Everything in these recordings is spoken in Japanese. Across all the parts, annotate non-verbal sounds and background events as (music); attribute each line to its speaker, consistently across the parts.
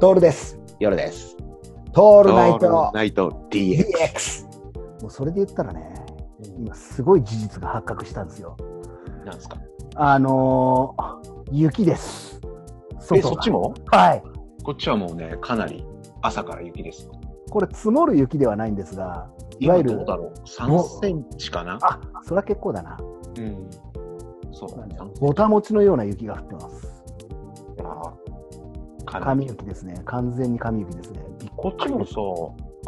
Speaker 1: トールです。
Speaker 2: 夜です。
Speaker 1: ト
Speaker 2: オ
Speaker 1: ールナイト
Speaker 2: ナイト DX。
Speaker 1: DX。もうそれで言ったらね、今すごい事実が発覚したんですよ。
Speaker 2: なんですか
Speaker 1: あのー、雪です。外
Speaker 2: え、そ
Speaker 1: が
Speaker 2: っちも
Speaker 1: はい。
Speaker 2: こっちはもうね、かなり朝から雪です。
Speaker 1: これ積もる雪ではないんですが、いわ
Speaker 2: 今
Speaker 1: ゆ
Speaker 2: どう
Speaker 1: る、
Speaker 2: だろう ?3 センチかな
Speaker 1: あ、それは結構だな。
Speaker 2: うん。そう。
Speaker 1: ボタ持ちのような雪が降ってます。
Speaker 2: あかな
Speaker 1: 神
Speaker 2: り
Speaker 1: 雪ですね。完全に神雪ですね。びっ
Speaker 2: こっちもさ、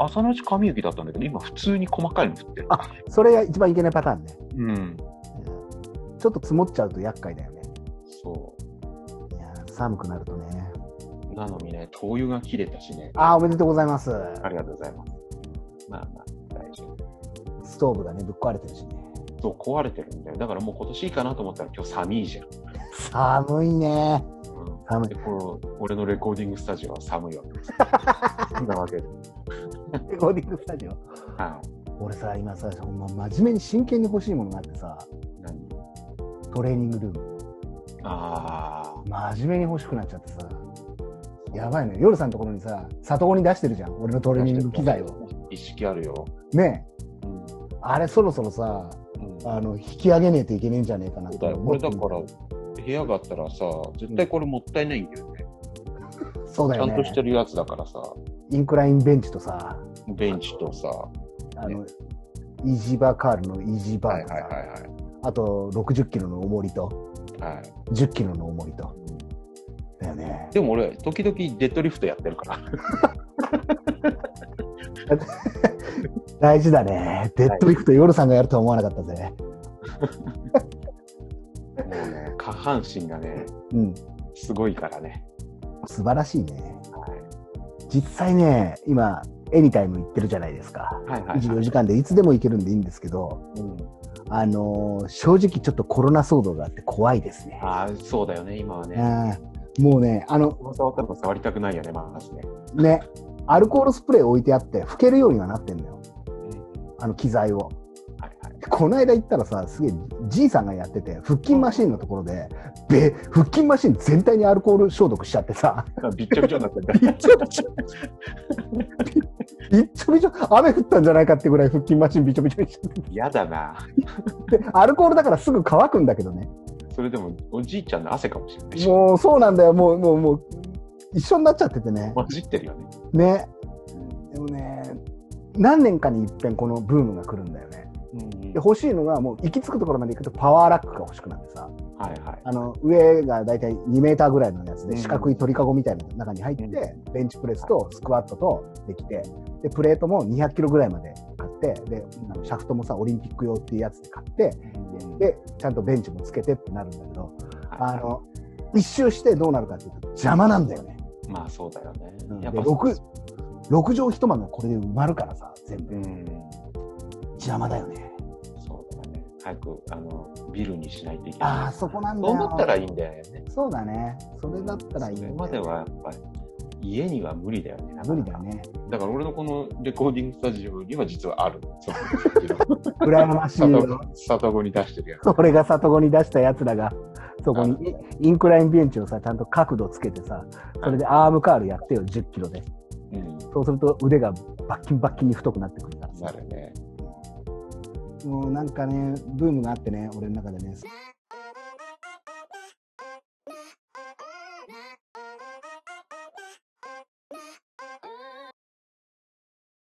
Speaker 2: 朝のうち神雪だったんだけど、今普通に細かいの降ってる。
Speaker 1: あそれが一番いけないパターンね。
Speaker 2: うん。
Speaker 1: うんちょっと積もっちゃうと厄介だよね。
Speaker 2: そ
Speaker 1: いやー寒くなるとね。
Speaker 2: う。なのにね、灯油が切れたしね。
Speaker 1: あー、おめでとうございます。
Speaker 2: ありがとうございます。まあまあ、大丈夫。
Speaker 1: ストーブがね、ぶっ壊れてるしね。
Speaker 2: そう、壊れてるんだよ。だからもう今年いいかなと思ったら今日寒いじゃん。
Speaker 1: 寒いね。
Speaker 2: うん
Speaker 1: 寒い
Speaker 2: で、この俺のレコーディングスタジオは寒いわけ (laughs) です。そんなわけで。
Speaker 1: レコーディングスタジオ。
Speaker 2: は
Speaker 1: 俺さ、今さ、ほんま真面目に真剣に欲しいものがあってさ、
Speaker 2: い。何
Speaker 1: トレーニングルーム。
Speaker 2: あ
Speaker 1: 真面目に欲しくなっちゃってさ。やばいね。夜さんのところにさ、里子に出してるじゃん。俺のト
Speaker 2: あ。
Speaker 1: レーニング機材を。
Speaker 2: 意識あるよ。
Speaker 1: ねえ
Speaker 2: うん。
Speaker 1: あれそろそろさ、
Speaker 2: うん
Speaker 1: あの、引き上げねえといけねえんじゃねえかな
Speaker 2: そう
Speaker 1: と
Speaker 2: だよ。こ
Speaker 1: 思
Speaker 2: れ
Speaker 1: って
Speaker 2: だ
Speaker 1: ん
Speaker 2: から、部屋があったらさ、絶対これもったいないんだよね。
Speaker 1: そうだ
Speaker 2: ちゃ
Speaker 1: よ
Speaker 2: ん
Speaker 1: ね
Speaker 2: としてるやつだからさ、
Speaker 1: インクラインベンチとさ、
Speaker 2: ベンチとさ、は
Speaker 1: あの、イージーバーカールのイージー
Speaker 2: い
Speaker 1: バ
Speaker 2: は
Speaker 1: ー
Speaker 2: い
Speaker 1: と
Speaker 2: は
Speaker 1: さ、
Speaker 2: いは
Speaker 1: あと60キロの重りと、
Speaker 2: い。はい
Speaker 1: 10キロの重りと。
Speaker 2: うん
Speaker 1: だよね。
Speaker 2: でも俺、時々デッドリフトやってるから。
Speaker 1: 大事だね。デッドリフト、夜さんがやるとは思わなかったぜ。
Speaker 2: もうね、下半身がね、
Speaker 1: うん。
Speaker 2: すごいからね。
Speaker 1: 素晴らしいね。
Speaker 2: は
Speaker 1: 実際ね、今、エニタイム行ってるじゃないですか。
Speaker 2: いはいはい、
Speaker 1: 24時間でいつでも行けるんでいいんですけど、
Speaker 2: うん
Speaker 1: あのー正直ちょっとコロナ騒動があって怖いですね。
Speaker 2: ああ、そうだよね、今はね。
Speaker 1: うんもうね、あの、
Speaker 2: 本当は多分触りたくないよね、まずね。
Speaker 1: ね、アルコールスプレー置いてあって、拭けるようにはなってんのよ。あの機材を。
Speaker 2: はいはい。
Speaker 1: でこの間行ったらさ、すげえ、じいさんがやってて、腹筋マシンのところで、べ腹筋マシン全体にアルコール消毒しちゃってさ、
Speaker 2: あびっちょびちょになってる。
Speaker 1: びっちょびちょ。びっちょびちょ。雨降ったんじゃないかってぐらい腹筋マシンびちょびちょにしちゃって
Speaker 2: 嫌だな。
Speaker 1: でアルコールだからすぐ乾くんだけどね。
Speaker 2: それでも、おじいちゃんの汗かもしれないし。
Speaker 1: もうそうなんだよ。もう、もう、もう、一緒になっちゃっててね。
Speaker 2: 混じってるよね。
Speaker 1: ね。
Speaker 2: うん
Speaker 1: でもね、何年かに一遍このブームが来るんだよね。で、欲しいのがもう行き着くところまで行くとパワーラックが欲しくなってさ、
Speaker 2: はいはい。
Speaker 1: あの、上がだいたい2メーターぐらいのやつ
Speaker 2: う
Speaker 1: で
Speaker 2: ん
Speaker 1: 四角い鳥かごみたいな中に入って、ベンチプレスとスクワットとできて、で、プレートも200キロぐらいまで買って、で、あのシャフトもさ、オリンピック用っていうやつで買って、
Speaker 2: うん
Speaker 1: で、ちゃんとベンチもつけてってなるんだけど、
Speaker 2: は
Speaker 1: あ
Speaker 2: い
Speaker 1: の、一周してどうなるかっていうと邪魔なんだよね。
Speaker 2: まあそうだよね。
Speaker 1: うん
Speaker 2: やっ
Speaker 1: で
Speaker 2: ぱ
Speaker 1: 六6畳一間がこれで埋まるからさ、全
Speaker 2: う
Speaker 1: 部。
Speaker 2: ん。
Speaker 1: 邪魔だよね。
Speaker 2: そうだよね。早く、あの、ビルにしないといけない。
Speaker 1: ああ、そこなんだ
Speaker 2: そう
Speaker 1: よ。
Speaker 2: なったらいいんだよね。
Speaker 1: そうだね。それだったらいいん
Speaker 2: そ
Speaker 1: だ
Speaker 2: れ
Speaker 1: よ
Speaker 2: まではやっぱり、家には無理だよね。
Speaker 1: 無理だよ。ね。
Speaker 2: だから俺のこのレコーディングスタジオには実はある。
Speaker 1: (laughs)
Speaker 2: そう
Speaker 1: 羨ましい
Speaker 2: (laughs)
Speaker 1: よ。
Speaker 2: 里子に出してるやつ。
Speaker 1: それが里子に出したやつらが、そこにインクラインベンチをさ、ちゃんと角度つけてさ、それでアームカールやってよ、10キロで。
Speaker 2: うん。
Speaker 1: そうすると腕がバッキンバッキンに太くなってくるからさ
Speaker 2: なるね。
Speaker 1: もうなんかね、ブームがあってね、俺の中でね。